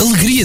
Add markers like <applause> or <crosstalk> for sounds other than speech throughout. Alegria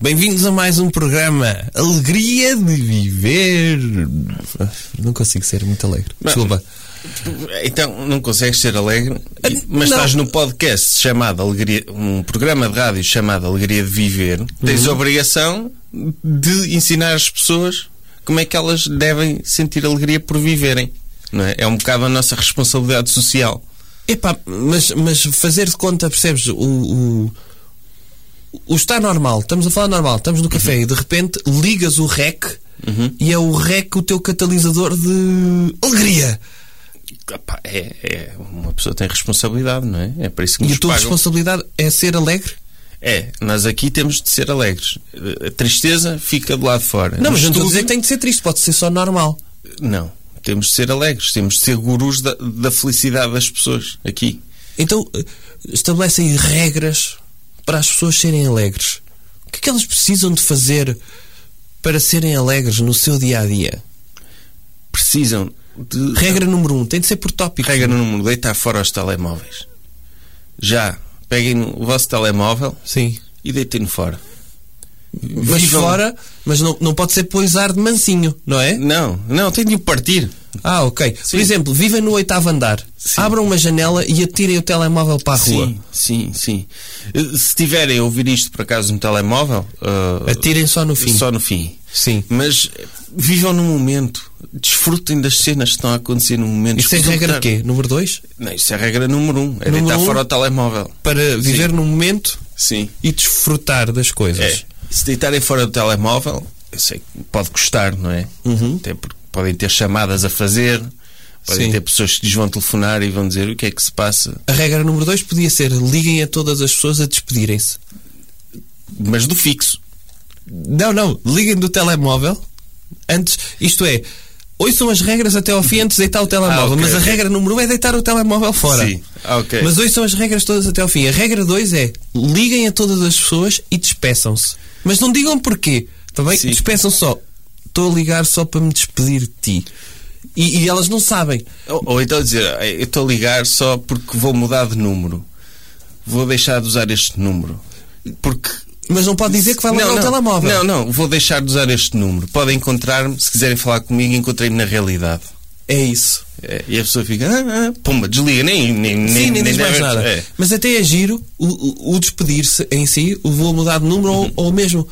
Bem-vindos a mais um programa Alegria de Viver. Ah, Não consigo ser muito alegre. Desculpa. Então, não consegues ser alegre, e- mas não. estás no podcast chamado Alegria, um programa de rádio chamado Alegria de Viver. Tens Uhum. a obrigação de ensinar as pessoas como é que elas devem sentir alegria por viverem. Não é? é um bocado a nossa responsabilidade social. Epá, mas, mas fazer de conta, percebes? O, o, o está normal, estamos a falar normal, estamos no café e de repente ligas o rec e é o rec o teu catalisador de alegria. Epá, é, é- uma pessoa tem responsabilidade, não é? É para isso que E nos a tua pagam. responsabilidade é ser alegre? É, nós aqui temos de ser alegres. A tristeza fica do lado de fora. Não, mas não estou a No estúdio, dizer que tem de ser triste, pode ser só normal. Não, temos de ser alegres, temos de ser gurus da, da felicidade das pessoas aqui. Então eh, estabelecem regras para as pessoas serem alegres. O que é que elas precisam de fazer para serem alegres no seu dia a dia? Precisam de. Regra número um, tem de ser por tópico. Regra número deitar fora os telemóveis. Já, peguem o vosso telemóvel Sim. e deitem-no fora. Mas Vivam- fora, mas não, não pode ser poisar de mansinho, não é? Não, não, tem de o partir. Ah, ok. Por exemplo, vivem no oitavo andar. Abram uma janela e atirem o telemóvel para a rua. Sim, sim, sim. Eh, Se tiverem a ouvir isto por acaso no telemóvel, eh, Atirem só no fim. só no fim. Sim. Mas eh, vivam no momento. Desfrutem das cenas que estão a acontecer no momento. Isso é Desfrutem regra da- quê? Número dois? Não, isso é regra número um. É Número deitar um? fora o telemóvel. Para viver no momento Sim. e desfrutar das coisas. É. Se deitarem fora do telemóvel, eu sei que pode custar, não é? Até porque podem ter chamadas a fazer, podem Sim. ter pessoas que lhes vão telefonar e vão dizer o que é que se passa. A regra número dois podia ser liguem a todas as pessoas a despedirem-se. Mas do fixo. Não, não, liguem do telemóvel antes, isto é, ouçam as regras até ao fim antes de deitar o telemóvel, Ah, ok, mas a ok. regra número um é deitar o telemóvel fora. Sim. Ah, ok. Mas ouçam as regras todas até ao fim. A regra dois é liguem a todas as pessoas e despeçam-se. Mas não digam porquê, também Sim. despeçam só. Estou a ligar só para me despedir de ti. E, e elas não sabem. Ou, ou então dizer, "Ah, eu estou a ligar só porque vou mudar de número. Vou deixar de usar este número. Porque. Mas não pode dizer que vai ligar não, o telemóvel. Não, não, vou deixar de usar este número. Podem encontrar-me, se quiserem falar comigo, encontrei-me na realidade. É isso. É, E a pessoa fica, ah, ah, pumba, desliga, nem, nem, nem, Sim, nem diz mais deve- nada. É. Mas até é giro o, o- o despedir-se em si, o vou mudar de número Uhum. ou, ou mesmo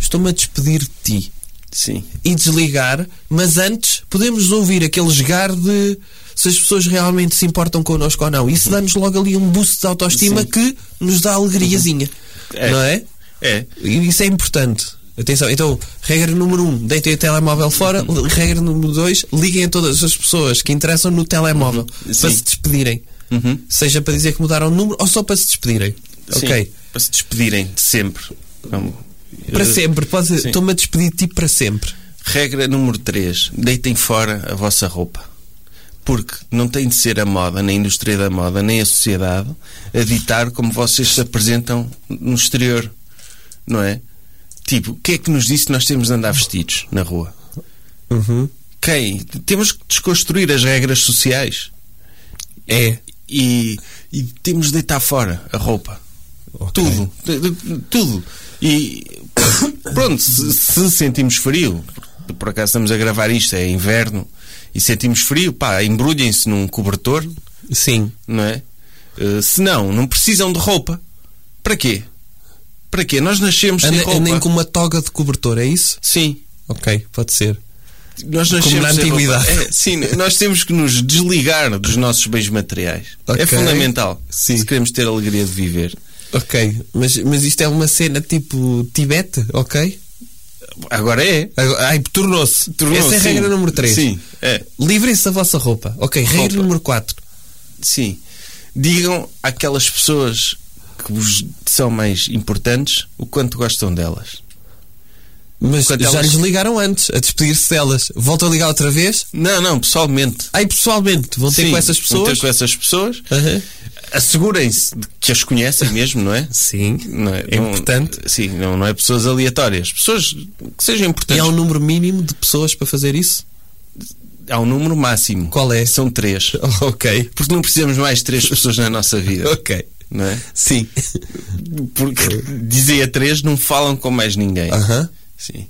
estou-me a despedir de ti Sim. e desligar, mas antes podemos ouvir aquele jogar de se as pessoas realmente se importam connosco ou não. Uhum. Isso dá-nos logo ali um boost de autoestima que nos dá alegriazinha. É. Não é? É. E isso é importante. Atenção, então, regra número 1, um, deitem o telemóvel <laughs> fora. Regra número 2, liguem a todas as pessoas que interessam no telemóvel para Uhum. Sim. Uhum. se despedirem. Seja para dizer que mudaram o número ou só para se despedirem. Sim, Ok. Para se despedirem de sempre. Vamos. Para Eh, sempre, pode sim. estou-me a despedir de ti para sempre. Regra número 3. Deitem fora a vossa roupa. Porque não tem de ser a moda, nem a indústria da moda, nem a sociedade a ditar como vocês se apresentam no exterior. Não é? Tipo, o que é que nos disse que nós temos de andar vestidos na rua? Quem? Temos que desconstruir as regras sociais. É. e, e temos de deitar fora a roupa. Tudo. De- de- Tudo. E pronto, se, se sentimos frio, por- por acaso estamos a gravar isto, é inverno, e sentimos frio, pá, embrulhem-se num cobertor, Sim. não é? Eh, se não, não precisam de roupa. Para quê? Para quê? Nós nascemos sem Andem, andem roupa. com uma toga de cobertor, é isso? Sim. Ok, pode ser. Nós Como nascemos na sem roupa. antiguidade. É, sim, nós temos que nos desligar dos nossos bens materiais. Ok. É fundamental. Sim. Se queremos ter alegria de viver. Ok, mas, mas isto é uma cena tipo Tibete, ok? Agora é. Agora- Ai, tornou-se. Tornou-se, Essa é a sim. regra número 3. Sim, é. Livrem-se da vossa roupa. Ok, regra Roupa. número 4. Sim. Digam àquelas pessoas que vos são mais importantes o quanto gostam delas. Mas Enquanto já elas- lhes ligaram antes, a despedir-se delas. Voltam a ligar outra vez? Não, não, pessoalmente. Aí pessoalmente, vão ter Sim, com essas vão pessoas? ter com essas pessoas. Aham. Assegurem-se de que as conhecem mesmo, não é? Sim, Não é não- importante. sim, não, não é pessoas aleatórias. Pessoas que sejam E importantes. há um número mínimo de pessoas para fazer isso? Há um número máximo. Qual é? São três. <laughs> Ok, Porque não precisamos mais de três pessoas na nossa vida. ok. Não é? Sim. Porque dizem a três, não falam com mais ninguém. Aham. Sim.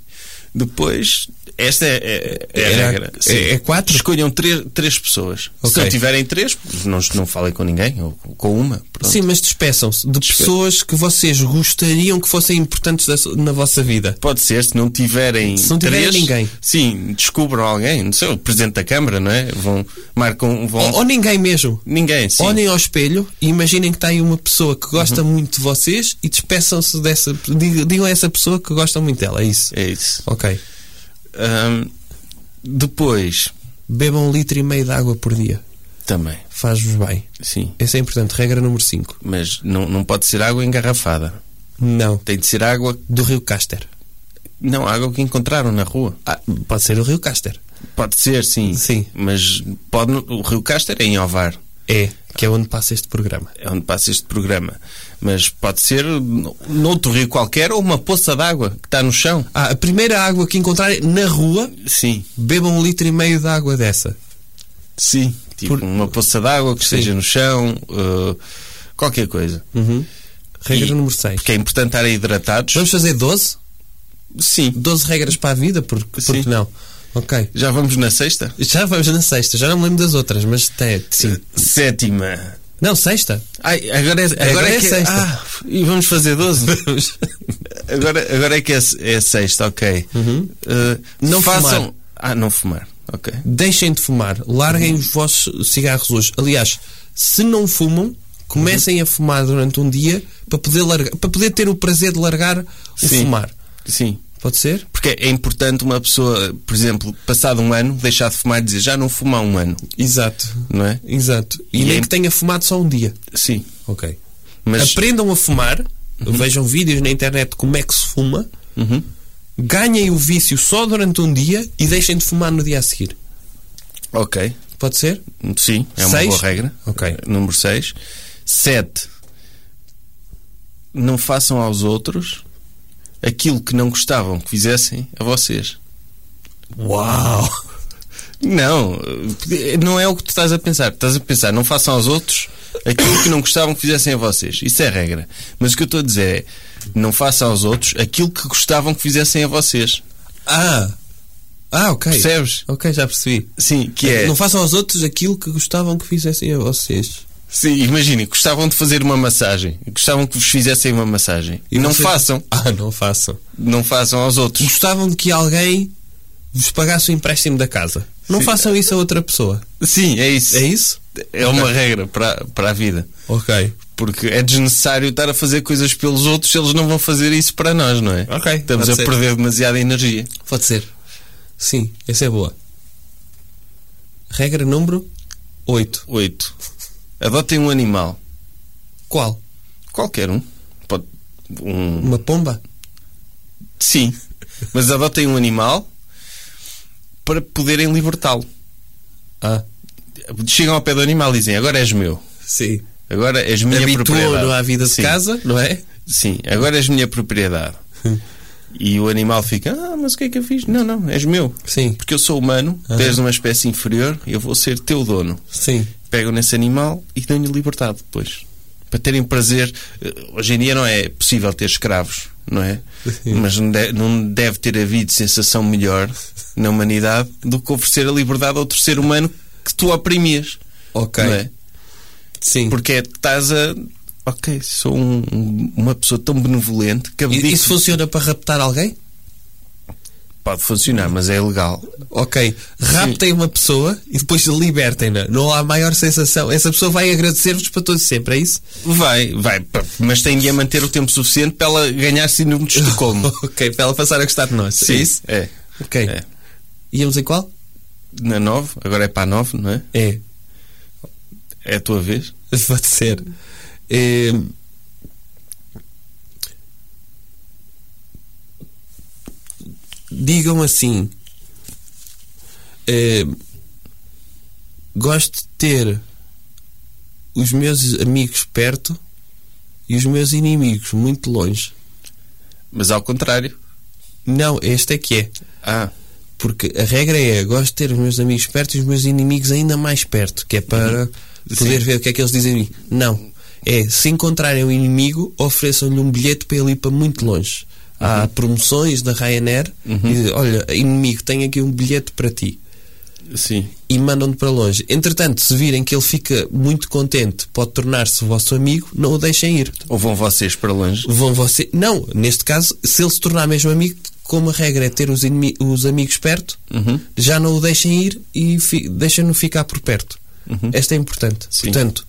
Depois, esta é, é- é Era- a regra. é- Sim. é quatro? Escolham três, três pessoas. Se Ok. não tiverem três, não, não falem com ninguém, ou com uma. Pronto. Sim, mas despeçam-se de pessoas que vocês gostariam que fossem importantes da su- na vossa vida. Pode ser, se não tiverem. Se não tiverem três, ninguém. Sim, descubram alguém, não sei, o presidente da Câmara, não é? Vão, marcam, vão. Ou, ou ninguém mesmo. ninguém, sim. Uhum. Olhem ao espelho e imaginem que está aí uma pessoa que gosta muito de vocês e despeçam-se dessa. dig- Digam a essa pessoa que gostam muito dela, é isso. É isso. Ok. Ahm, depois, Bebam um litro e meio de água por dia. também, Faz-vos bem. sim. Essa é importante. Regra número 5. Mas não, não pode ser água engarrafada. Não. Tem de ser água. Do Rio Caster. Não, água que encontraram na rua. Ah, pode ser o Rio Caster. Pode ser, sim. Sim. Mas pode, o Rio Castor é em Ovar, É, que é onde passa este programa. é onde passa este programa. Mas pode ser no- noutro rio qualquer ou uma poça d'água que está no chão. Ah, a primeira água que encontrarem na rua, Sim, bebam um litro e meio de água dessa. sim. Tipo Por- uma poça d'água que esteja no chão, eh, qualquer coisa. Regra Uhum. E- número 6. Porque é importante estar hidratados. Vamos fazer 12? Sim. 12 regras para a vida? Porque, Sim. porque não? Ok. Já vamos na sexta? Já vamos na sexta, já não me lembro das outras, mas até. Eh, Sim. Sétima. Não, sexta? Ai, agora é, agora Agora é, é que sexta. Ah, e vamos <laughs> fazer 12? agora, agora é que é, é sexta, ok. Eh, Não façam. fumar. Ah, não fumar. Ok. Deixem de fumar, larguem os vossos cigarros hoje. Aliás, se não fumam, comecem a fumar durante um dia para poder, largar, para poder ter o prazer de largar o Sim. fumar. Sim. Pode ser? Porque é importante uma pessoa, por exemplo, passado um ano, deixar de fumar e dizer já não fumo há um ano, Exato. não é? Exato. E, E nem é- que tenha fumado só um dia. Sim. Ok. Mas Uhum. Aprendam a fumar, vejam vídeos na internet de como é que se fuma, ganhem o vício só durante um dia e deixem de fumar no dia a seguir. ok. Pode ser? Sim, é uma Seis? boa regra. Ok. Número 6. 7. Não façam aos outros aquilo que não gostavam que fizessem a vocês. Uau! Não, eh, não é o que tu estás a pensar. Estás a pensar, não façam aos outros aquilo que não gostavam que fizessem a vocês. Isso é regra. Mas o que eu estou a dizer é, não façam aos outros aquilo que gostavam que fizessem a vocês. Ah! Ah, ok. Percebes? Ok, já percebi. Sim, que é. Não façam aos outros aquilo que gostavam que fizessem a vocês. Sim, imaginem, gostavam de fazer uma massagem. Gostavam que vos fizessem uma massagem. E não vocês- façam. <laughs> Ah, não façam. Não façam aos outros. Gostavam de que alguém vos pagasse o empréstimo da casa. Não Sim. façam isso a outra pessoa. Sim, é isso. É isso? É uma regra para, para a vida. Ok. Porque é desnecessário estar a fazer coisas pelos outros se eles não vão fazer isso para nós, não é? Ok, Estamos pode a ser. perder demasiada energia. Pode ser. Sim, essa é boa. Regra número 8. 8. Adotem um animal. Qual? Qualquer um. Pode. Um. Uma pomba? Sim. Mas adotem um animal para poderem libertá-lo. Ah, Chegam ao pé do animal e dizem: Agora és meu. sim. Agora és minha propriedade. Habituou-no à vida de Sim. casa, não é? Sim, agora és <laughs> minha propriedade. E o animal fica, ah, mas o que é que eu fiz? Não, não, és meu. Sim, Porque eu sou humano, tu és de uma espécie inferior, eu vou ser teu dono. sim. Pegam nesse animal e dão-lhe liberdade depois. Para terem prazer. eh, Hoje em dia não é possível ter escravos, não é? Mas não de- não deve ter havido sensação melhor na humanidade do que oferecer a liberdade a outro ser humano que tu oprimias. Ok. Não é? Sim. Porque é- estás a. Ok, sou um- um- uma pessoa tão benevolente que E- abdico- Isso funciona para raptar alguém? pode funcionar, mas é ilegal. Ok. Raptem uma pessoa e depois libertem-na. Não há maior sensação. Essa pessoa vai agradecer-vos para todos sempre, é isso? Vai, vai, p- mas tem de a manter o tempo suficiente para ela ganhar síndrome de Estocolmo. <laughs> ok, para ela passar a gostar de nós. É isso? É. Ok. É. Íamos em qual? Na 9, agora é para a 9, não é? É. É a tua vez. <laughs> Pode ser. Eh, digam assim: eh, gosto de ter os meus amigos perto e os meus inimigos muito longe. Mas ao contrário. Não, este é que é. Ah, Porque a regra é: gosto de ter os meus amigos perto e os meus inimigos ainda mais perto, que é para poder ver o que é que eles dizem a mim. Não. É, se encontrarem um inimigo, ofereçam-lhe um bilhete para ele ir para muito longe. Há promoções da Ryanair e dizem, olha, inimigo, tenho aqui um bilhete para ti. sim. E mandam-no para longe. Entretanto, se virem que ele fica muito contente, pode tornar-se vosso amigo, não o deixem ir Ou vão vocês para longe? vão você não neste caso se ele se tornar mesmo amigo como a regra é ter os, inimi- os amigos perto Uhum. já não o deixem ir e fi... deixem-no ficar por perto esta é importante Sim. portanto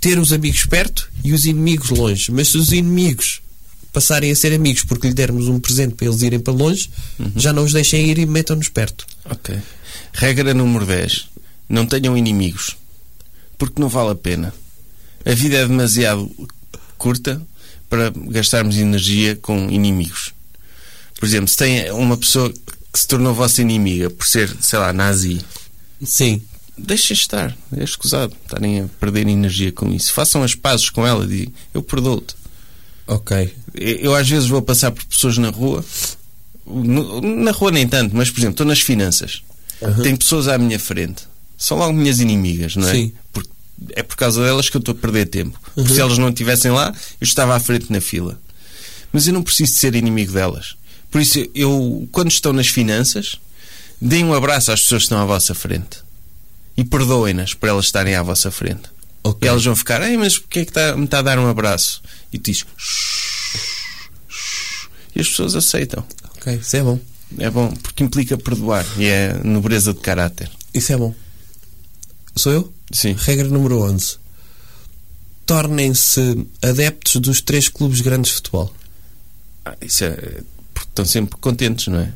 ter os amigos perto e os inimigos longe mas se os inimigos passarem a ser amigos porque lhe dermos um presente para eles irem para longe já não os deixem ir e metam-nos perto Ok. Regra número 10. Não tenham inimigos. Porque não vale a pena. A vida é demasiado curta para gastarmos energia com inimigos. Por exemplo, se tem uma pessoa que se tornou vossa inimiga por ser, sei lá, nazi, sim deixa estar. É escusado estarem a perder energia com isso. Façam as pazes com ela e eu perdoo-te. ok Eu às vezes vou passar por pessoas na rua, no- na rua nem tanto, mas por exemplo, estou nas finanças. Uhum. Tem pessoas à minha frente. São logo minhas inimigas, não é? Sim. Porque é por causa delas que eu estou a perder tempo. Porque se elas não estivessem lá, eu estava à frente na fila. Mas eu não preciso de ser inimigo delas. Por isso, eu, quando estão nas finanças, deem um abraço às pessoas que estão à vossa frente. E perdoem-nas por elas estarem à vossa frente. Ok. E elas vão ficar, Ei, mas porque é que tá- me está a dar um abraço? E tu dizes, e as pessoas aceitam. ok isso é bom É bom, porque implica perdoar e é nobreza de caráter. isso é bom sou eu Sim. Regra número 11. Tornem-se adeptos dos três clubes grandes de futebol. Ah, isso é. Porque estão sempre contentes, não é?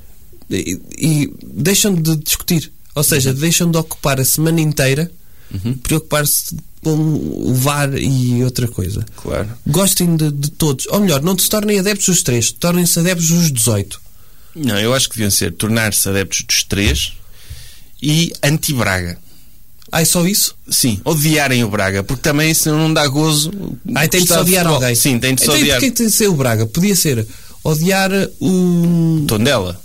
E, e deixam de discutir. Ou seja, deixam de ocupar a semana inteira Uhum. preocupar-se com o VAR e outra coisa. Claro. Gostem de, de todos. Ou melhor, não se tornem adeptos dos três. Tornem-se adeptos dos 18. Não, eu acho que deviam ser tornar-se adeptos dos três e anti-Braga. Ai, só isso? Sim, odiarem o Braga, porque também isso não dá gozo. Ai, Ah, tem de se Gostar odiar futebol. alguém. Sim, tem de se Então, e odiar. porquê que tem de ser o Braga? Podia ser odiar o... Tondela,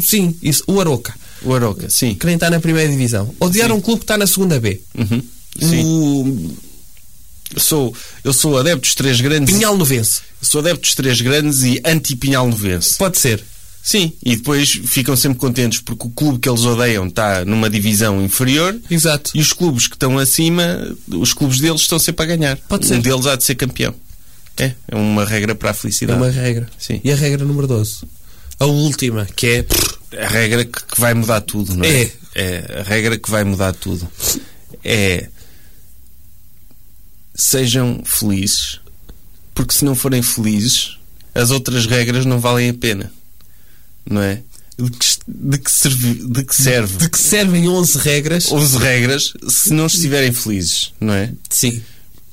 Sim, isso. O Aroca. o Aroca, sim. que nem está na primeira divisão. Odiar um clube que está na segunda B. Uhum. Sim. O Eu sou, eu sou adepto dos três grandes. Pinhal Novense. Sou adepto dos três grandes e anti-Pinhal Novense. Pode ser. Sim, e depois ficam sempre contentes porque o clube que eles odeiam está numa divisão inferior Exato. e os clubes que estão acima, os clubes deles estão sempre a ganhar. Pode ser. Um deles há de ser campeão. É, é uma regra para a É felicidade. uma regra. Sim. E a regra número 12. A última, que é. A regra que que vai mudar tudo, não é? É. a regra que vai mudar tudo. É. Sejam felizes, porque se não forem felizes, as outras regras não valem a pena. Não é? De que, de que serve, de que serve De que servem 11 regras? 11 regras se não estiverem felizes, não é? Sim.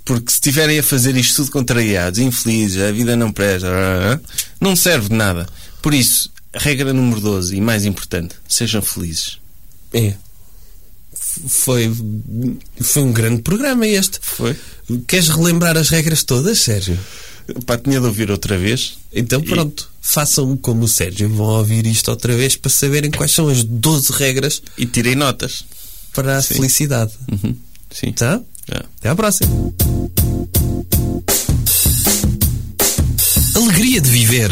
Porque se estiverem a fazer isto tudo contrariados, infelizes, a vida não presta, ah, ah, não serve de nada. Por isso, regra número 12 e mais importante, sejam felizes. É. F- Foi, foi um grande programa este. Foi? Queres relembrar as regras todas, Sérgio? Pá, tinha de ouvir outra vez. Então E- pronto, façam como o Sérgio. Vão ouvir isto outra vez para saberem quais são as 12 regras E tirei notas. para a Sim. felicidade. Uhum, Sim. Tá? Ah. Até à próxima. Alegria de viver.